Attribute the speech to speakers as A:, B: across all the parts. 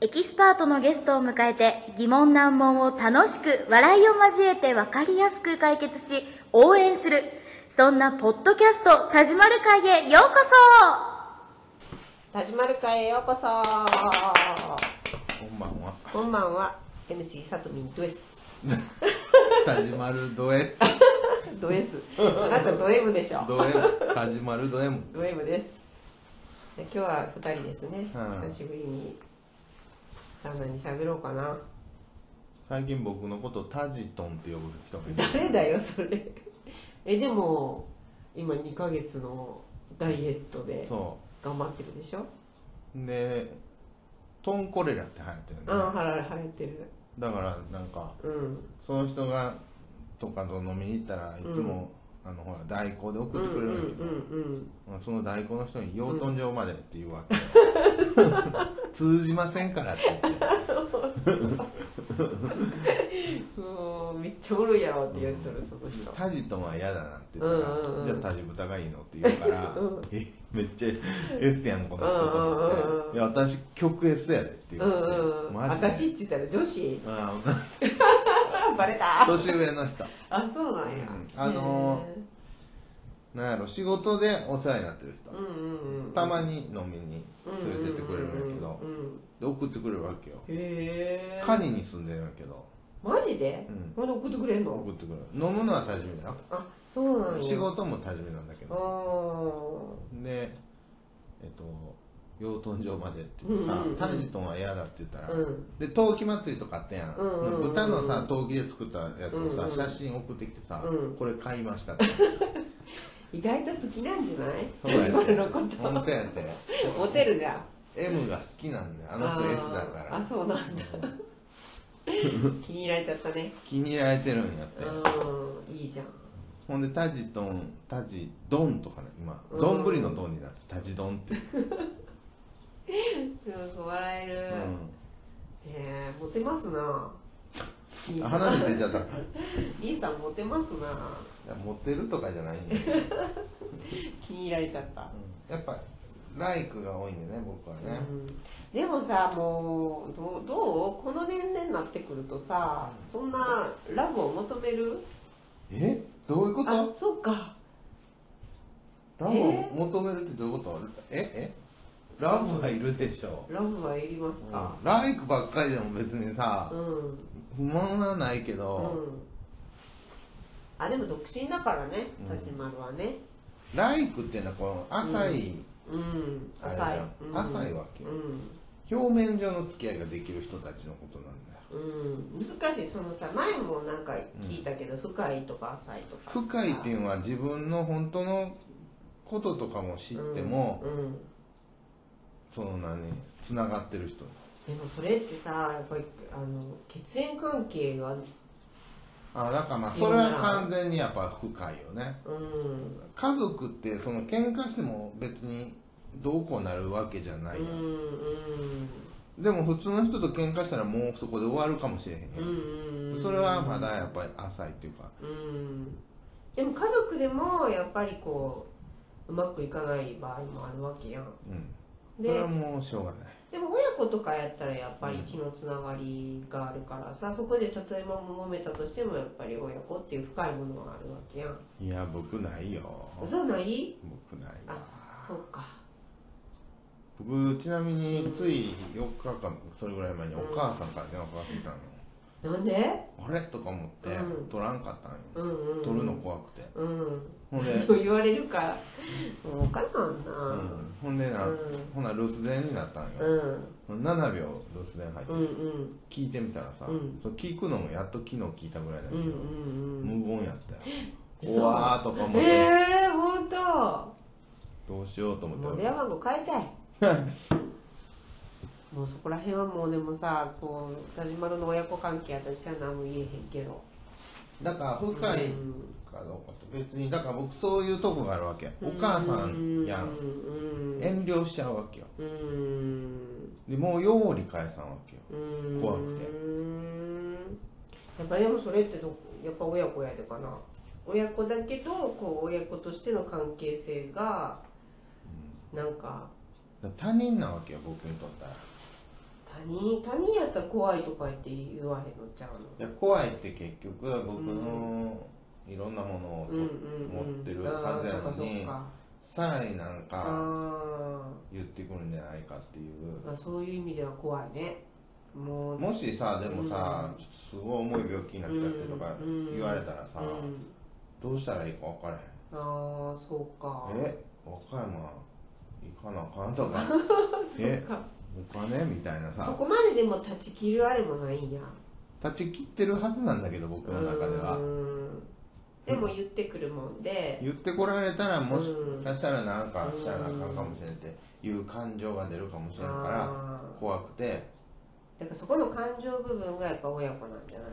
A: エキスパートのゲストを迎えて疑問難問を楽しく笑いを交えて分かりやすく解決し応援するそんなポッドキャスト「田島る会」へようこ
B: 田島る会へようこそ
C: こんばんは。
B: こんばんは MC さとみんドエス
C: 田島るドエツ。
B: ドエスあなたド M でしょ
C: ドエム。田島るドエム。
B: ド M ですで今日は2人ですね、
C: うん
B: 久しぶりにさあ何喋ろうかな
C: 最近僕のことタジトンって呼ぶ人がいる。
B: 誰だよそれ えでも今2ヶ月のダイエットで
C: そ
B: 頑張ってるでしょ
C: う。で、トンコレラって流行ってる
B: うん
C: よね。
B: 腹腫れてる
C: だからなんか、
B: うん
C: その人が、とかと飲みに行ったらいつも、あのほら代行で送
B: う
C: っ
B: ん
C: て
B: う
C: くれ
B: ん
C: るんだけ
B: う
C: ど、
B: ん
C: その代行の人に養豚場までって言うわけ、 通じませんからって言って
B: うんもうめっちゃおるやろって言ってるその人
C: タジトンは嫌だなって言ったら、
B: うんうんうん
C: じゃあタジ豚がいいのって言うから、
B: うん
C: えめっちゃエスやんこの人と
B: うんうんう
C: 思
B: ん
C: っ
B: うん
C: て「いや私曲エスやで」って言
B: うん
C: われて、
B: うんうん
C: マジで
B: 私って言ったら女子
C: あ
B: あバレた
C: 年上の人
B: あそうなんや、
C: うんあのー
B: へ
C: なんやろ仕事でお世話になってる人、
B: えうんうんうん
C: たまに飲みに連れてってくれるんやけど、
B: うんうんうんうん
C: で送ってくれるわけよ
B: へえ
C: カニに住んでるんやけど
B: マジで
C: うん
B: ほんで送ってくれんの
C: 送ってくる飲むのは多治見だよ
B: あそうなんや
C: 仕事も多治見なんだけ
B: あ
C: ど
B: ー
C: でえっと養豚場までって言っ
B: う
C: て
B: ん
C: さ
B: うんうん
C: タンジトンは嫌だって言ったら、
B: うん
C: で陶器祭りとかあったやん,、
B: うんうんうん
C: 豚のさ陶器で作ったやつをさ、
B: うんうん
C: 写真送ってきてさ、
B: うん
C: これ買い ましたって
B: 意外と好きなんじゃない
C: そうや
B: 私これのこ
C: って本当やって
B: とモテるじゃん
C: M が好きなんだよあの人 S だか
B: あーあ
C: ら
B: そうなんだ気に入られちゃったね
C: 気に入られてるんやって、
B: うんいいじゃん
C: ほんでタジトンタジドンとかね今
B: うん
C: 丼のドンになってタジドンって、
B: なんか笑える、
C: う
B: ねえモテますな兄
C: ん、
B: さん
C: 話出ちゃったい
B: 兄さんモテますな
C: やモテるとかじゃないんだよ
B: 気に入られちゃった、
C: やっぱライクが多いんでね僕はね、
B: でもさもうどうどうこの年齢になってくるとさそんなラブを求める
C: えどういうこ
B: あ
C: と
B: そうか
C: ラブを求めるってどういうことええラブはいるでしょ
B: ラブはいります
C: う、
B: か
C: ライクばっかりでも別にさ
B: う、ん
C: 不満はないけ
B: うん、
C: ど、
B: あでも独身だからね
C: うん
B: 田島るはね
C: ライクっていうのはこの浅い、
B: うん
C: あれ
B: 浅い
C: じゃん、
B: うん、
C: 浅いわけ
B: うん
C: 表面上の付き合いができる人たちのことなんだよ
B: うん、難しいそのさ前もなんか聞いたけど、深いとか浅いとか
C: 深いっていうのは自分の本当のこととかも知っても、
B: うんうん
C: その何つながってる人
B: でもそれってさやっぱりあの血縁関係が
C: あだからまあ
B: 必要
C: そ
B: な
C: れ
B: ら
C: は完全にやっぱ深いよね
B: うん
C: 家族ってその喧嘩しても別にどうこうなるわけじゃない
B: うん
C: や、
B: うんん
C: でも普通の人と喧嘩したらもうそこで終わるかもしれへん
B: う
C: やん、
B: んうん
C: それはまだやっぱり浅いっていうか
B: うんでも家族でもやっぱりこううまくいかない場合もあるわけやん
C: うんそれ
B: で
C: はもうしょうがない
B: でも親子とかやったらやっぱり血のつながりがあるからさそこで例えば揉めたとしてもやっぱり親子っていう深いものがあるわけやん
C: いや僕ないよ
B: そうない
C: 僕ないわ
B: あそうか
C: 僕ちなみについ4日間それぐらい前にお母さんから電話かかってきたの、
B: なんで
C: あれとか思って
B: うん
C: 取らんかったんよ、
B: うんうん
C: 取るの怖くて
B: うん
C: ほんで
B: そう 言われるからもうかなんな
C: うんほんでな、
B: うん
C: ほな留守電になったんよ、
B: うん
C: 7秒留守電入って、
B: うんうん
C: 聞いてみたらさ、
B: うん
C: その聞くのもやっと昨日聞いたぐらいだけ
B: う
C: ど、
B: んうん
C: 無言やったよ
B: 嘘
C: 怖ーと
B: う
C: か
B: ん
C: 思って、
B: ええほんと
C: どうしようと思
B: も
C: っ
B: う
C: て
B: 電話番号変えちゃ えもうそこら辺はもうでもさこう田島の親子関係私は何も言えへんけど
C: だから深いかどうかって別にだから僕そういうとこがあるわけお母さんや
B: うんん
C: 遠慮しちゃうわけよ
B: うんうん
C: でもうよう理解さんわけよ
B: うん
C: 怖くて
B: やっぱでもそれってどこやっぱ親子やでかな親子だけどこう親子としての関係性がなんか
C: だから他人なわけよ僕にとったら
B: 他何他人やったら怖いとか言って言わへんのちゃうの
C: いや怖いって結局僕のいろんなものをと、
B: うんうんうん
C: 持ってるはずやのに
B: あ
C: さらになん
B: ーそっかそっか
C: か
B: あ
C: 言ってくるんじゃないかっていう
B: ー、まあそういう意味では怖いねもう
C: もしさでもさ、ちょっとすごい重い病気になっちゃってとか
B: うん
C: 言われたらさ、
B: うん、
C: どうしたらいいか分からへん
B: ああそうか
C: え和歌山行かなあかんと かえお金みたいな
B: そ
C: さ
B: こまででも断ち切るあれもないんや
C: 立ち切ってるはずなんだけど僕の中では
B: うんでも言ってくるもんで
C: 言ってこられたらもし
B: うん
C: かしたらなんかしたらなあかんかもしれんっていう感情が出るかもしれんから
B: あー
C: 怖くて
B: だからそこの感情部分がやっぱ親子なんじゃない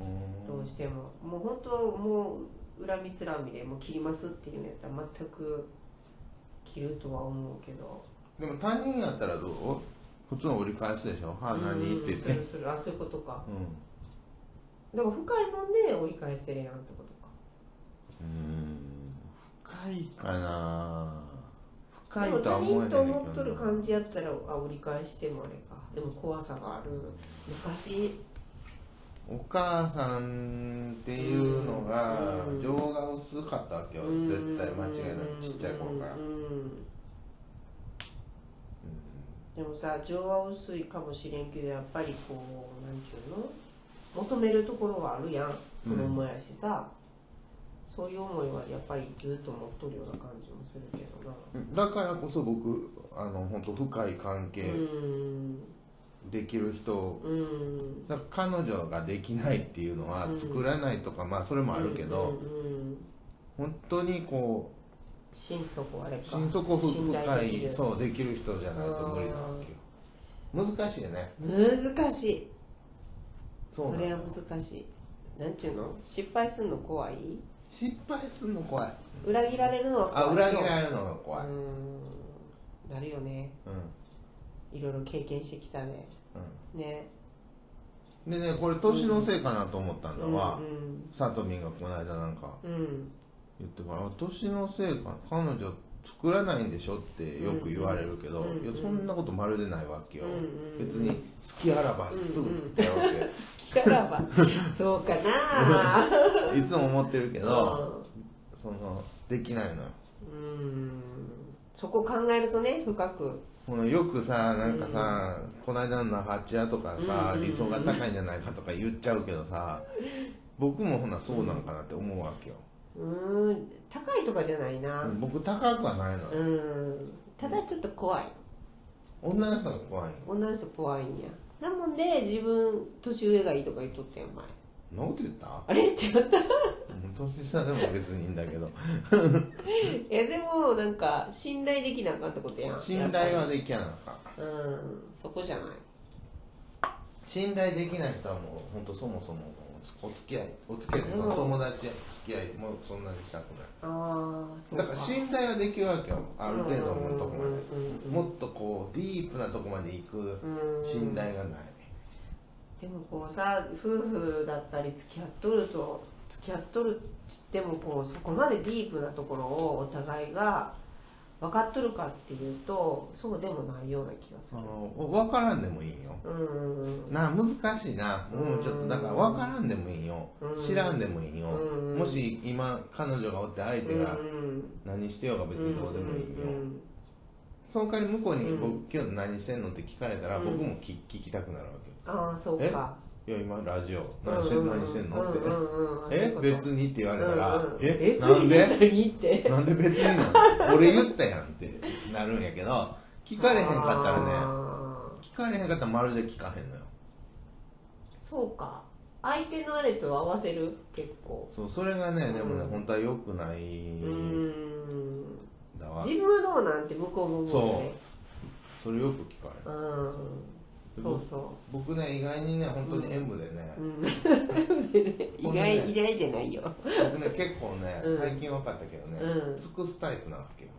B: の
C: うー
B: ど
C: ん
B: うしてももう本当もう恨みつらみでもう切りますっていうんやったら全く切るとは思うけど
C: でも他人やったらどう普通の折り返すでしょ「はあ何?」って言って
B: うんするするあそういうことか
C: うん
B: だから深いもんで折り返せれやんってことか
C: うーん深いかな深
B: でも
C: いと
B: 他
C: は思えな
B: 人
C: い
B: と思っ
C: け
B: とる
C: ど
B: 感
C: な
B: じやったらあ折り返してもあれかでも怖さがある難しい
C: お母さんっていうのが
B: うん
C: 情が薄かったわけよ絶対間違いなくちっちゃい頃から
B: うんでもさ情は薄いかもしれんけどやっぱりこうなんちゅうの求めるところはあるやん子供やしさ、そういう思いはやっぱりずっと持っとるような感じもするけどな
C: だからこそ僕あの本当深い関係
B: うん
C: できる人
B: うん
C: だから彼女ができないっていうのは作らないとかまあそれもあるけど
B: うんうんうん
C: 本当にこ
B: 心底あれか
C: う心底ふ
B: 信頼
C: 深
B: でき
C: い
B: る
C: そうできる人じゃないと無理なわけよ難しいよね
B: 難しい
C: そ
B: そ
C: うなの
B: れは
C: よ
B: 難しいなんちゅうの失敗するの怖い
C: 失敗するの怖い
B: 裏切られるのは
C: あ
B: 怖い
C: 裏切られるのが怖い、
B: う
C: うん
B: ーんなるよねいろいろ経験してきたねね
C: うん、でねこれ年のせいかなと思ったの
B: う
C: は、
B: ん
C: さとみんがこの間なんか
B: うん
C: 言ってから年のせいか彼女作らないんでしょってよく言われるけど、
B: うん
C: いやそんなことまるでないわけよ、
B: うんうん
C: 別に好きあらばすぐ作ってやるわけ、
B: 聞かなば そうかない
C: つも思ってるけど、
B: うん
C: そのできないのよ
B: うんそこ考えるとね深く
C: このよくさなんかさ、こないだの那覇チアとかさ、理想が高いんじゃないかとか言っちゃうけどさ僕もほなそうなんかなって思うわけよ、
B: うーん高いとかじゃないな
C: 僕高くはないのよ
B: うんただちょっと怖い
C: 女の人が怖い
B: 女の人怖いんやなもんで自分年上がいいとか言っとったよ前
C: のなんて言った
B: あれ違った
C: うん年下でも別にいいんだけど
B: いやでもなんか信頼できなあかんってことやん
C: 信頼はできやなあかん
B: うんそこじゃない
C: 信頼できない人はもう本当そもそもお付き合いお付き合いっていう
B: うん
C: か友達や付き合いもそんなにしたくない
B: ああそ
C: だから信頼はできるわけよある程度のとこまで
B: うんうんうんうん
C: もっとこうディープなとこまで行く
B: うん
C: 信頼がない
B: でもこうさ夫婦だったり付き合っとると付き合っとるでもこうそこまでディープなところをお互いが分かっとるかっていうとそうでもないような気がす
C: そ
B: る
C: の分からんでもいいんよ
B: うんうん
C: なあ難しいなもうちょっとだから分からんでもいいよ
B: うん
C: 知らんでもいいよ
B: うん
C: もし今彼女がおって相手が何してようが別にどうでもいいよその代わり向こうに「
B: うん
C: 僕今日何してんの?」って聞かれたら
B: うん
C: 僕も聞聞きたくなるわけよ
B: ああそうか
C: いや今ラジオ何してんの何してんのって
B: っ
C: え別
B: に
C: にって言われたらえ
B: え
C: なんで
B: 何って
C: なんで別になの俺言ったやんってなるんやけど聞かれへんかったらね
B: ら
C: 聞かれへんかったらまるで聞かへんのよ
B: そうか相手のあれと合わせる結構
C: そうそれがねでもね、
B: うん
C: 本当は良くないう
B: ーん
C: だわ
B: 自分のなんて向こうも思うよね
C: それよく聞かれる
B: うんそうそ
C: 僕ね意外にね本当に演舞でね
B: う、うん、でね意
C: これね
B: 外意外じゃないよ
C: 僕ね結構ね
B: うん
C: 最近分かったけどね、
B: うん
C: 尽くすタイプなわけよ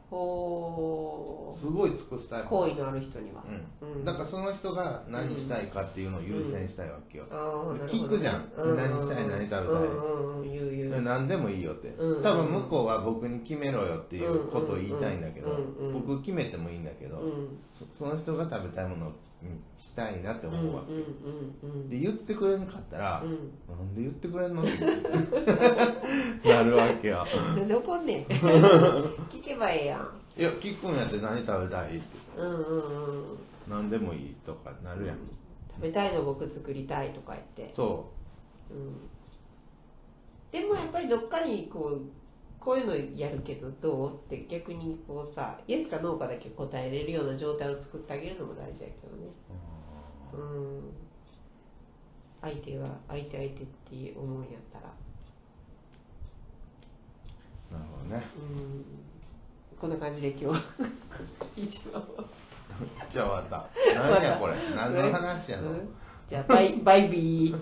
B: ほ
C: すごい尽くすタイ
B: う
C: プ
B: 好意のある人には
C: うん
B: うん
C: だからその人が何したいかっていうのを優先したいわけよ、
B: あーなるほど
C: 聞くじゃん
B: う
C: 何したい何食べたい
B: うんうんうん言う言う
C: 何でもいいよって、
B: うん
C: 多分向こうは僕に決めろよっていうことを言いたいんだけど、
B: うんうんうん
C: 僕決めてもいいんだけど、
B: うん
C: そその人が食べたいものをにしたいなって思うわけ、
B: うんうんうん
C: で言ってくれんかったら、
B: うん
C: なんで言ってくれんのって なるわけよ
B: なんで怒ん ねん聞けばええやん
C: いや聞くんやって何食べたいって
B: うんうんうん
C: 何でもいいとかなるやん、
B: 食べたいの僕作りたいとか言って、
C: そ
B: うん、でもやっぱりどっかにこうこういうのやるけどどうって逆にこうさイエスかノーかだけ答えれるような状態を作ってあげるのも大事だけどねうん相手が相手相手って思うんやったら
C: うなるほどね
B: うんこんな感じで今日 一番は
C: じゃあ終わった何やこれ何の話やの
B: うんじゃあバイバイビー